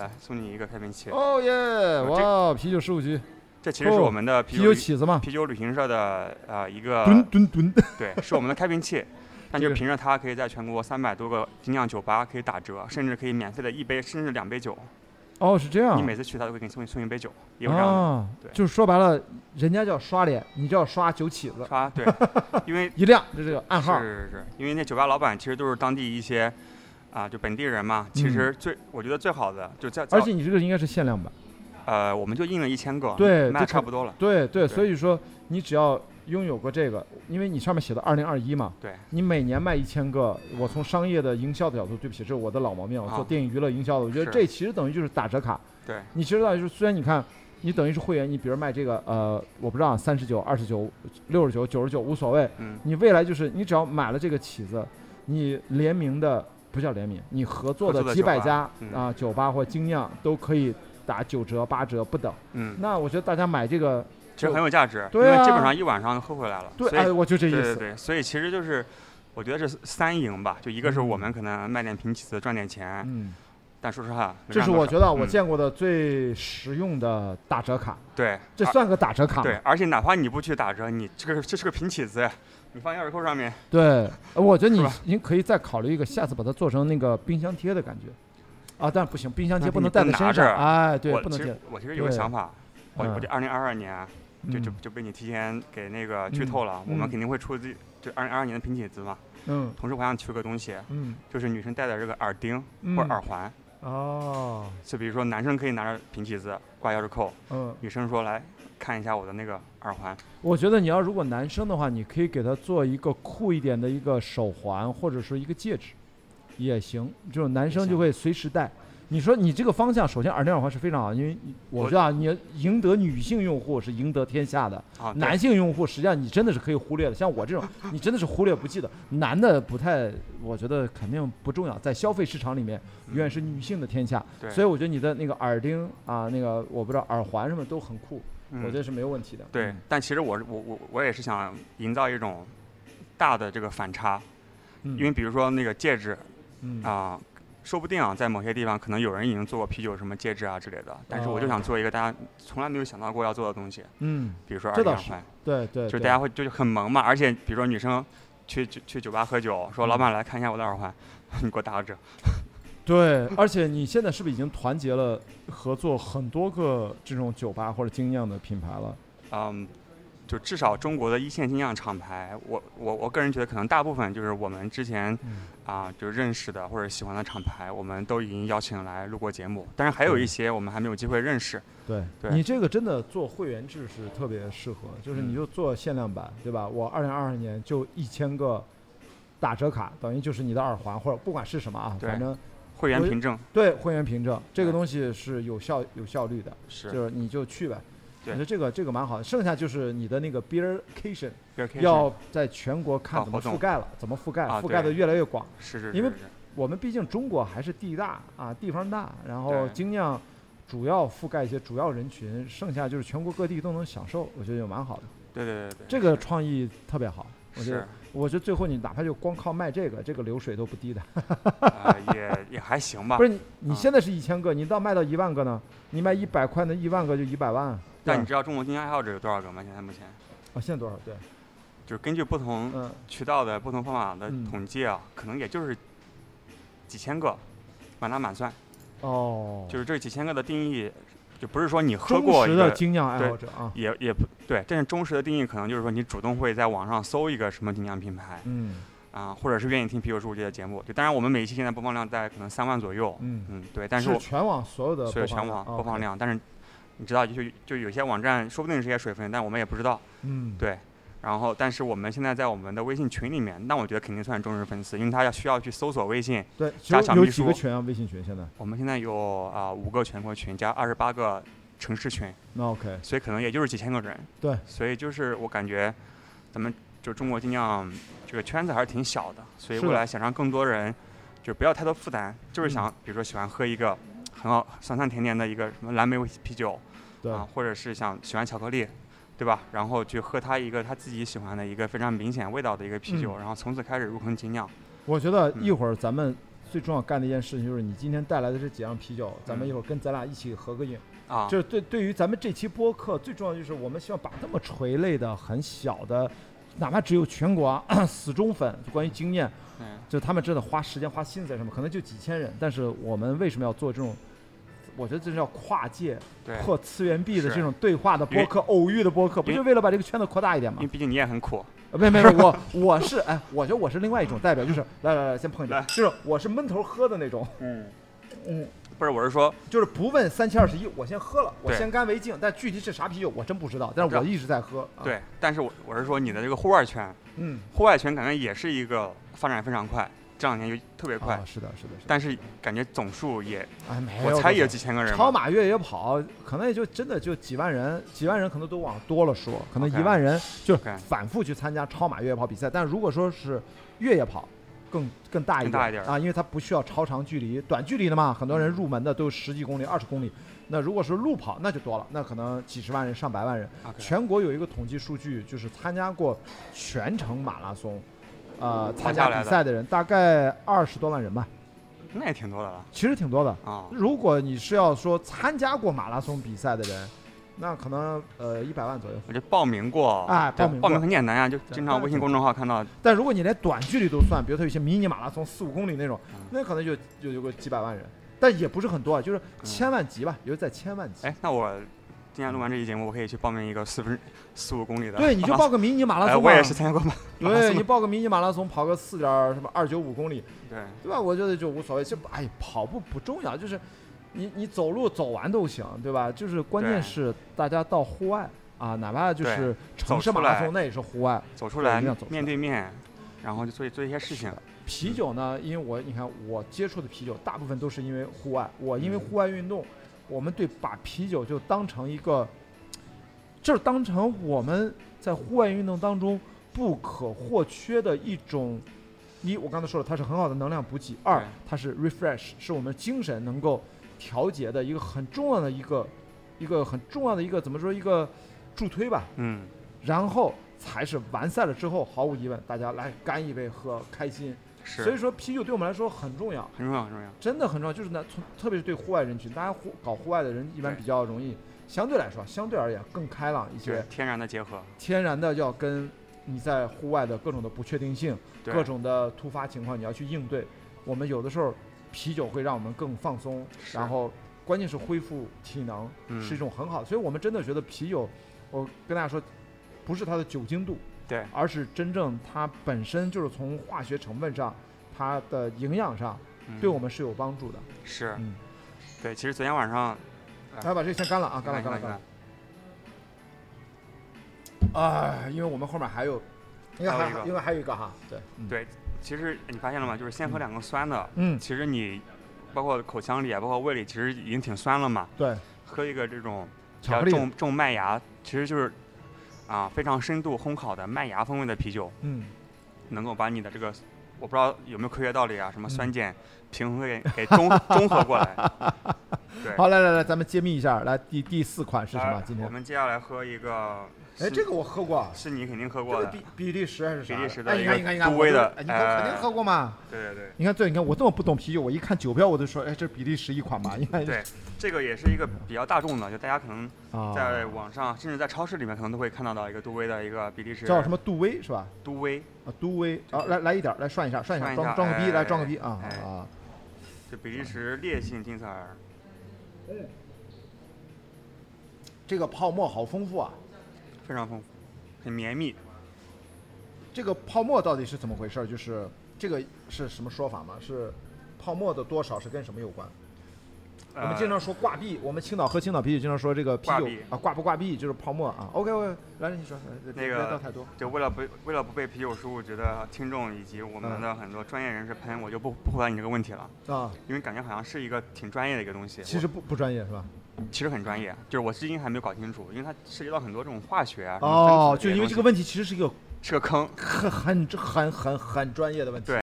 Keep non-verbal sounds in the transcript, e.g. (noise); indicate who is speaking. Speaker 1: 来，送你一个开瓶器。
Speaker 2: 哦耶！哇，啤酒十五局，
Speaker 1: 这其实是
Speaker 2: 哦
Speaker 1: 我们的呃啤
Speaker 2: 啤酒
Speaker 1: 酒旅
Speaker 2: 起子嘛，
Speaker 1: 啤酒旅行社的呃一个，
Speaker 2: 吨吨吨。
Speaker 1: 对，是我们的开瓶
Speaker 2: (laughs)
Speaker 1: 器。但
Speaker 2: 这
Speaker 1: 就
Speaker 2: 个
Speaker 1: 凭着它，可以在全国三百多个精酿酒吧可以打折，甚至可以免费的一杯甚至两杯酒。
Speaker 2: 哦，是这样
Speaker 1: 你。每次去，他都会给你送送一杯酒，也有这样的。
Speaker 2: 啊
Speaker 1: 对，
Speaker 2: 就是说白了，人家叫刷脸，你叫刷酒起子，
Speaker 1: 刷
Speaker 2: (laughs)
Speaker 1: 对，因为
Speaker 2: 一亮，这是个暗号。
Speaker 1: 是是是，因为那酒吧老板其实都是当地一些啊、就本地人嘛。其实最、我觉得最好的就在，在
Speaker 2: 嗯而且你这个应该是限量版。
Speaker 1: 呃，我们就印了一千个，
Speaker 2: 对
Speaker 1: 卖得
Speaker 2: 这
Speaker 1: 差
Speaker 2: 可
Speaker 1: 不多了。
Speaker 2: 对
Speaker 1: 对
Speaker 2: 对，所以说你只要拥有过这个，因为你上面写的二零二一嘛，
Speaker 1: 对，
Speaker 2: 你每年卖一千个，我从商业的营销的角度，对不起，这是我的老毛病，我做
Speaker 1: 啊
Speaker 2: 电影娱乐营销的，我觉得
Speaker 1: 是
Speaker 2: 这其实等于就是打折卡。
Speaker 1: 对，
Speaker 2: 你知道就是虽然你看。你等于是会员，你比如卖这个，呃，我不知道三十九、二十九、六十九、九十九无所谓，
Speaker 1: 嗯，
Speaker 2: 你未来就是你只要买了这个起子，你联名的不叫联名，你合作
Speaker 1: 合作
Speaker 2: 的
Speaker 1: 的
Speaker 2: 几百
Speaker 1: 酒吧
Speaker 2: 家
Speaker 1: 嗯
Speaker 2: 啊酒吧或精酿都可以打九折、八折不等。
Speaker 1: 嗯，
Speaker 2: 那我觉得大家买这个，
Speaker 1: 其实
Speaker 2: 就
Speaker 1: 很有价值，
Speaker 2: 对
Speaker 1: 因为基本
Speaker 2: 啊
Speaker 1: 上一晚上喝回来了。
Speaker 2: 对，
Speaker 1: 所以
Speaker 2: 哎，我就这意
Speaker 1: 对对
Speaker 2: 思。
Speaker 1: 对，所以其实就是。我觉得这是三赢吧，就一个是我们可能卖点瓶起子赚点钱，
Speaker 2: 嗯，
Speaker 1: 但说实话，没
Speaker 2: 这
Speaker 1: 赚
Speaker 2: 是
Speaker 1: 多
Speaker 2: 我
Speaker 1: 少
Speaker 2: 觉得我
Speaker 1: 嗯
Speaker 2: 见过的最实用的打折卡，
Speaker 1: 对，
Speaker 2: 这
Speaker 1: 而
Speaker 2: 算个打折
Speaker 1: 啊
Speaker 2: 卡吗？
Speaker 1: 对，而且哪怕你不去打折，你这个这是个瓶起子，你放钥匙扣上面，
Speaker 2: 对，呃我觉得
Speaker 1: 是
Speaker 2: 你
Speaker 1: 吧
Speaker 2: 您可以再考虑一个，下次把它做成那个冰箱贴的感觉。啊，但不行，冰箱
Speaker 1: 那
Speaker 2: 贴不
Speaker 1: 你
Speaker 2: 能
Speaker 1: 不
Speaker 2: 带在
Speaker 1: 能拿
Speaker 2: 身
Speaker 1: 着啊
Speaker 2: 上，哎，对，
Speaker 1: 我
Speaker 2: 不
Speaker 1: 其
Speaker 2: 能
Speaker 1: 实
Speaker 2: 贴。
Speaker 1: 我其实有个
Speaker 2: 对
Speaker 1: 想法，我我这
Speaker 2: 嗯
Speaker 1: 二零二二年啊就就
Speaker 2: 嗯
Speaker 1: 就被你提前给那个剧透了，我们
Speaker 2: 嗯
Speaker 1: 肯定会出这这二零二二年的瓶起子嘛。
Speaker 2: 嗯
Speaker 1: 同时我想求个东西，
Speaker 2: 嗯
Speaker 1: 就是女生戴的这个耳钉
Speaker 2: 嗯
Speaker 1: 或者耳环，
Speaker 2: 哦
Speaker 1: 就比如说男生可以拿着瓶起子挂钥匙扣，
Speaker 2: 嗯，
Speaker 1: 女生说来看一下我的那个耳环，
Speaker 2: 我觉得你要如果男生的话，你可以给他做一个酷一点的一个手环，或者说一个戒指，也行。这种男生就会随时戴。你说你这个方向，首先耳钉耳环是非常好，因为你我
Speaker 1: 我
Speaker 2: 觉得啊，你赢得女性用户是赢得天下的，
Speaker 1: 啊，对
Speaker 2: 男性用户实际上你真的是可以忽略的。像我
Speaker 1: (laughs)
Speaker 2: 这种，你真的是忽略不计的。男的不太，我觉得肯定不重要，在消费市场里面，永远是女性的天下。
Speaker 1: 对，
Speaker 2: 所以
Speaker 1: 以
Speaker 2: 我觉得你的那个耳钉啊，那个我不知道耳环什么都很酷，我觉得嗯
Speaker 1: 得
Speaker 2: 是没有问题的。
Speaker 1: 嗯对，但其实我我我我也是想营造一种大的这个反差，
Speaker 2: 嗯，
Speaker 1: 因为比如说那个戒指
Speaker 2: 嗯
Speaker 1: 啊、说不定啊，在某些地方可能有人已经做过啤酒什么戒指啊之类的，但是我就
Speaker 2: 哦
Speaker 1: 想做一个大家从来没有想到过要做的东西，
Speaker 2: 嗯，
Speaker 1: 比如说二
Speaker 2: 这
Speaker 1: 零
Speaker 2: 倒
Speaker 1: 二
Speaker 2: 是
Speaker 1: 环，
Speaker 2: 对对，
Speaker 1: 就是
Speaker 2: 对
Speaker 1: 大家会就是很萌嘛，而且比如说女生去去去酒吧喝酒，
Speaker 2: 嗯
Speaker 1: 说老板来看一下我的耳环， (laughs) 你给我打个折，
Speaker 2: 对，而且你现在是不是已经团结了合作很多个这种酒吧或者精酿的品牌了？
Speaker 1: 嗯。就至少中国的一线精酿厂牌，我我我个人觉得可能大部分就是我们之前
Speaker 2: 嗯
Speaker 1: 啊、就认识的或者喜欢的厂牌，我们都已经邀请来录过节目，但是还有一
Speaker 2: 嗯
Speaker 1: 些我们还没有机会认识。
Speaker 2: 对
Speaker 1: 对
Speaker 2: 你这个真的做会员制是特别适合，就是
Speaker 1: 嗯
Speaker 2: 你就做限量版，对吧？我二零二二年就一千个打折卡，等于就是你的耳环或者不管是什么啊，
Speaker 1: 对
Speaker 2: 反正
Speaker 1: 会员
Speaker 2: 我
Speaker 1: 凭证
Speaker 2: 对会员凭证这个
Speaker 1: 对
Speaker 2: 东西是有效有效率的，
Speaker 1: 是
Speaker 2: 就是你就去呗。我
Speaker 1: 对
Speaker 2: 觉得这个这个蛮好的，剩下就是你的那个 beer cation
Speaker 1: beer cation
Speaker 2: 要在全国看
Speaker 1: 搞
Speaker 2: 怎么
Speaker 1: 活动
Speaker 2: 覆盖了，怎么覆盖，
Speaker 1: 啊
Speaker 2: 覆盖的
Speaker 1: 对
Speaker 2: 越来越广。
Speaker 1: 是是，
Speaker 2: 因为
Speaker 1: 是是
Speaker 2: 我们毕竟中国还是地大啊，地方大，然后
Speaker 1: 对
Speaker 2: 精酿主要覆盖一些主要人群，剩下就是全国各地都能享受，我觉得就蛮好的。
Speaker 1: 对对对对，
Speaker 2: 这个创意特别好，我觉
Speaker 1: 是
Speaker 2: 得，我觉得最后你哪怕就光靠卖这个，这个流水都不低的。
Speaker 1: 呃，也也还行吧
Speaker 2: 不。是你你
Speaker 1: 啊
Speaker 2: 现在是一千个，你到卖到一万个呢？你卖一百块那一万个就一百万啊。
Speaker 1: 但你
Speaker 2: 对
Speaker 1: 知道中国精酿爱好者有多少个吗？现在目前，
Speaker 2: 啊，现在多少？对，
Speaker 1: 就是根据不同
Speaker 2: 嗯，
Speaker 1: 渠道的不同方法的
Speaker 2: 嗯
Speaker 1: 统计啊，可能也就是几千个，满打满算，
Speaker 2: 哦，
Speaker 1: 就是这几千个的定义，就不是说你喝
Speaker 2: 忠
Speaker 1: 过
Speaker 2: 实
Speaker 1: 一
Speaker 2: 的
Speaker 1: 个。
Speaker 2: 精酿爱好者啊，
Speaker 1: 也也不对，但是忠实的定义可能就是说，你主动会在网上搜一个什么精酿品牌
Speaker 2: 嗯
Speaker 1: 啊，或者是愿意听啤酒数界的节目。就当然，我们每一期现在播放量在可能三万左右，
Speaker 2: 嗯，
Speaker 1: 嗯，对。但是
Speaker 2: 是
Speaker 1: 我
Speaker 2: 全网所有的
Speaker 1: 所以
Speaker 2: 播
Speaker 1: 全
Speaker 2: 放
Speaker 1: 网
Speaker 2: 量哦
Speaker 1: 播放，
Speaker 2: OK
Speaker 1: 量，但是你知道，就就有些网站说不定是些水分，但我们也不知道。
Speaker 2: 嗯，
Speaker 1: 对，然后但是我们现在在我们的微信群里面，那我觉得肯定算是忠实粉丝，因为他要需要去搜索微信。
Speaker 2: 对，
Speaker 1: 加
Speaker 2: 有
Speaker 1: 小
Speaker 2: 有
Speaker 1: 秘
Speaker 2: 几个
Speaker 1: 书
Speaker 2: 群啊？微信群现在？
Speaker 1: 我们现在有啊五、个全国群加二十八个城市群，
Speaker 2: 那 OK，
Speaker 1: 所以可能也就是几千个人。
Speaker 2: 对，
Speaker 1: 所以就是我感觉咱们就中国精酿这个圈子还是挺小的，所以
Speaker 2: 是
Speaker 1: 未
Speaker 2: 的
Speaker 1: 来想让更多人就不要太多负担，就是
Speaker 2: 嗯
Speaker 1: 想、比如说喜欢喝一个很好酸酸甜甜的一个什么蓝莓啤酒，
Speaker 2: 对，
Speaker 1: 啊，或者是想喜欢巧克力，对吧？然后去喝他一个他自己喜
Speaker 2: 嗯
Speaker 1: 欢的一个非常明显味道的一个啤酒，然后从此开始入坑精酿。
Speaker 2: 我觉得一
Speaker 1: 嗯
Speaker 2: 会儿咱们最重要干的一件事情就是，你今天带来的这几样啤酒，咱们一会儿跟咱俩一起合个影。
Speaker 1: 嗯啊，
Speaker 2: 就是对对于咱们这期播客最重要的就是，我们希望把那么垂类的、很小的，哪怕只有全国啊 (clears throat) 死忠粉，就关于经验，
Speaker 1: 嗯
Speaker 2: 就他们真的花时间花心思在上面，可能就几千
Speaker 1: 哎
Speaker 2: 人，但是我们为什么要做这种？我觉得这是要跨界、
Speaker 1: 对，
Speaker 2: 破次元壁的
Speaker 1: 哎是
Speaker 2: 这种对话的播客、偶遇的播客，不
Speaker 1: 因为
Speaker 2: 就为了把这个圈子扩大一点吗
Speaker 1: 因为？毕竟你也很苦，
Speaker 2: 呃没没没，我我是哎，我觉得我是另外一种代表，就是来来来，先碰一下，
Speaker 1: 来
Speaker 2: 就是我是闷头喝的那种，
Speaker 1: 嗯，
Speaker 2: 嗯，
Speaker 1: 不是，我是说，
Speaker 2: (laughs) 就是不问三七二十一，我先喝了，我
Speaker 1: 对
Speaker 2: 先干为敬，但具体是啥啤酒我真不知道，但是
Speaker 1: 对
Speaker 2: 我一直在喝。啊，
Speaker 1: 对，但是我我是说你的这个户外圈，
Speaker 2: 嗯，
Speaker 1: 户外圈感觉也是一个发展非常快，这两年就特别快
Speaker 2: 啊，，是的，是的，是的。
Speaker 1: 但是感觉总数也，
Speaker 2: 哎，没有
Speaker 1: 我
Speaker 2: 多
Speaker 1: 猜也有
Speaker 2: 少
Speaker 1: 几千个人
Speaker 2: 超
Speaker 1: 吧，
Speaker 2: 马越野跑，可能也就真的就几万人，几万人可能都往多了说，可能
Speaker 1: OK
Speaker 2: 一万人就
Speaker 1: OK
Speaker 2: 反复去参加超马越野跑比赛。但如果说是越野跑，更更大一
Speaker 1: 更
Speaker 2: 点
Speaker 1: 大一点儿
Speaker 2: 啊，因为它不需要超长距离，短距离的嘛，很多人入门的都十几公里、二十公里。那如果是路跑，那就多了，那可能几十万人、上百万人。
Speaker 1: OK
Speaker 2: 全国有一个统计数据，就是参加过全程马拉松，呃，
Speaker 1: 活
Speaker 2: 参
Speaker 1: 下
Speaker 2: 加
Speaker 1: 来
Speaker 2: 比
Speaker 1: 的
Speaker 2: 赛的人大概二十多万人吧，
Speaker 1: 那也挺多的了
Speaker 2: 其实挺多的。
Speaker 1: 啊，
Speaker 2: 如果你是要说参加过马拉松比赛的人，那可能呃一百万左右。
Speaker 1: 我就报名过，
Speaker 2: 哎
Speaker 1: 对
Speaker 2: 报名
Speaker 1: 报名
Speaker 2: 过
Speaker 1: 很简单呀，就经
Speaker 2: 当
Speaker 1: 常
Speaker 2: 然
Speaker 1: 微信
Speaker 2: 很
Speaker 1: 公众号看到，
Speaker 2: 但如果你连短距离都算，比如说有些迷你马拉松四五公里那种
Speaker 1: 嗯，
Speaker 2: 那可能就就有个几百万人，但也不是很多，啊，就是千万级吧，也就是在千万级。
Speaker 1: 哎，那我今天录完这期节目，我可以去报名一个四分四五公里的，
Speaker 2: 对，你就报个迷你马拉
Speaker 1: 哎，
Speaker 2: 松啊
Speaker 1: 我
Speaker 2: 嘛
Speaker 1: 也，是参加过马，马拉松
Speaker 2: 对你报个迷你马拉松，跑个四点什么二九五公里，
Speaker 1: 对，
Speaker 2: 对吧？我觉得就无所谓，这哎跑步不重要，就是你你走路走完都行，对吧？就是关
Speaker 1: 对
Speaker 2: 键是大家到户外啊，哪怕就
Speaker 1: 对
Speaker 2: 是城
Speaker 1: 走出
Speaker 2: 市马拉
Speaker 1: 来
Speaker 2: 松，那也是户外。
Speaker 1: 走出
Speaker 2: 对
Speaker 1: 来
Speaker 2: 一定要走出
Speaker 1: 面
Speaker 2: 来
Speaker 1: 对面，然后就做做一些事情，
Speaker 2: 啤酒呢，因为我你看我接触的啤酒大部分都是因为户外，我因为户外运动，我们对把啤酒就当成一个，就是当成我们在户外运动当中不可或缺的一种。一，我刚才说了，它是很好的能量补给；二
Speaker 1: 对，
Speaker 2: 它是 refresh，是我们精神能够调节的一个很重要的一个一个很重要的一个怎么说一个助推吧。
Speaker 1: 嗯，
Speaker 2: 然后才是完赛了之后，毫无疑问，大家来干一杯喝开心。所以
Speaker 1: 是
Speaker 2: 说啤酒对我们来说很重要，
Speaker 1: 很重要很重要，
Speaker 2: 真的很重要。就是呢，从特别是对户外人群，大家户搞户外的人一般
Speaker 1: 对
Speaker 2: 比较容易，相对来说相对而言更开朗一
Speaker 1: 对
Speaker 2: 些，，
Speaker 1: 天然的结合，
Speaker 2: 天然的要跟你在户外的各种的不确定性、
Speaker 1: 对
Speaker 2: 各种的突发情况你要去应对。我们有的时候啤酒会让我们更放松，
Speaker 1: 是
Speaker 2: 然后关键是恢复体能
Speaker 1: 嗯
Speaker 2: 是一种很好的，所以我们真的觉得啤酒，我跟大家说，不是它的酒精度，
Speaker 1: 对，
Speaker 2: 而是真正它本身就是从化学成分上，它的营养上
Speaker 1: 嗯
Speaker 2: 对我们是有帮助的。
Speaker 1: 是
Speaker 2: 嗯，
Speaker 1: 对，其实昨天晚上
Speaker 2: 来把这个先干了啊，
Speaker 1: 看
Speaker 2: 干了
Speaker 1: 看
Speaker 2: 干了
Speaker 1: 看
Speaker 2: 干了
Speaker 1: 看。，
Speaker 2: 啊，因为我们后面还有，应该
Speaker 1: 还有
Speaker 2: 还
Speaker 1: 一个
Speaker 2: 应该还有一个哈，对，嗯
Speaker 1: 对其实你发现了吗？就是先喝
Speaker 2: 嗯
Speaker 1: 两个酸的，
Speaker 2: 嗯，
Speaker 1: 其实你包括口腔里啊，包括胃里，其实已经挺酸了嘛，
Speaker 2: 对，
Speaker 1: 喝一个这种比
Speaker 2: 巧
Speaker 1: 较
Speaker 2: 克力，
Speaker 1: 重重麦芽，其实就是啊非常深度烘烤的麦芽风味的啤酒。
Speaker 2: 嗯，
Speaker 1: 能够把你的这个，我不知道有没有科学道理啊，什么
Speaker 2: 嗯
Speaker 1: 酸碱平衡给给
Speaker 2: (laughs)
Speaker 1: 中中和过来。对
Speaker 2: 好，来来来，咱们揭秘一下，来第第四款是什么
Speaker 1: 呃？
Speaker 2: 今
Speaker 1: 我
Speaker 2: 天，
Speaker 1: 们接下来喝一个，
Speaker 2: 哎，
Speaker 1: 是
Speaker 2: 这个我喝过，
Speaker 1: 是你肯定喝过
Speaker 2: 这个
Speaker 1: 的，
Speaker 2: 比比利时还是啥？
Speaker 1: 比利时的
Speaker 2: 哎，你看
Speaker 1: 一个
Speaker 2: 你看你看，
Speaker 1: 杜
Speaker 2: 我
Speaker 1: 威
Speaker 2: 就
Speaker 1: 的
Speaker 2: 哎你看肯定
Speaker 1: 呃
Speaker 2: 喝过嘛。
Speaker 1: 对对对
Speaker 2: 你看这，你看我这么不懂啤酒，我一看酒标我就说，哎，这是比利时一款嘛？你看
Speaker 1: 对，这个也是一个比较大众的，就大家可能
Speaker 2: 啊，
Speaker 1: 在网上，甚至在超市里面可能都会看到到一个杜威的一个比利时
Speaker 2: 叫什么杜威是吧？
Speaker 1: 杜威，
Speaker 2: 啊，杜威啊，来来一点儿，来涮一下，涮一下，
Speaker 1: 涮一
Speaker 2: 装
Speaker 1: 下
Speaker 2: 装个逼，
Speaker 1: 哎
Speaker 2: 来装个逼啊
Speaker 1: 哎
Speaker 2: 啊！
Speaker 1: 就比利时烈性金色儿，
Speaker 2: 这个泡沫好丰富啊！
Speaker 1: 非常丰富，很绵密。
Speaker 2: 这个泡沫到底是怎么回事儿？就是这个是什么说法吗？是泡沫的多少是跟什么有关？我们
Speaker 1: 呃
Speaker 2: 经常说挂壁，我们青岛喝青岛啤酒经常说这个啤
Speaker 1: 挂
Speaker 2: 酒
Speaker 1: 壁
Speaker 2: 啊挂不挂壁就是泡沫啊。OK OK，来你说，呃别
Speaker 1: 那个
Speaker 2: 别倒太多。
Speaker 1: 就为了不为了不被啤酒叔觉得听众以及我们
Speaker 2: 嗯
Speaker 1: 的很多专业人士喷，我就不不回答你这个问题了。
Speaker 2: 啊，
Speaker 1: 因为感觉好像是一个挺专业的一个东西。
Speaker 2: 其实不不专业是吧？
Speaker 1: 我其实很专业，就是我至今还没有搞清楚，因为它涉及到很多这种化学啊。什么分子
Speaker 2: 哦，
Speaker 1: 这
Speaker 2: 就
Speaker 1: 些
Speaker 2: 因
Speaker 1: 东
Speaker 2: 为
Speaker 1: 西
Speaker 2: 这个问题其实是一个
Speaker 1: 是个坑，
Speaker 2: 很很很很很专业的问题。
Speaker 1: 对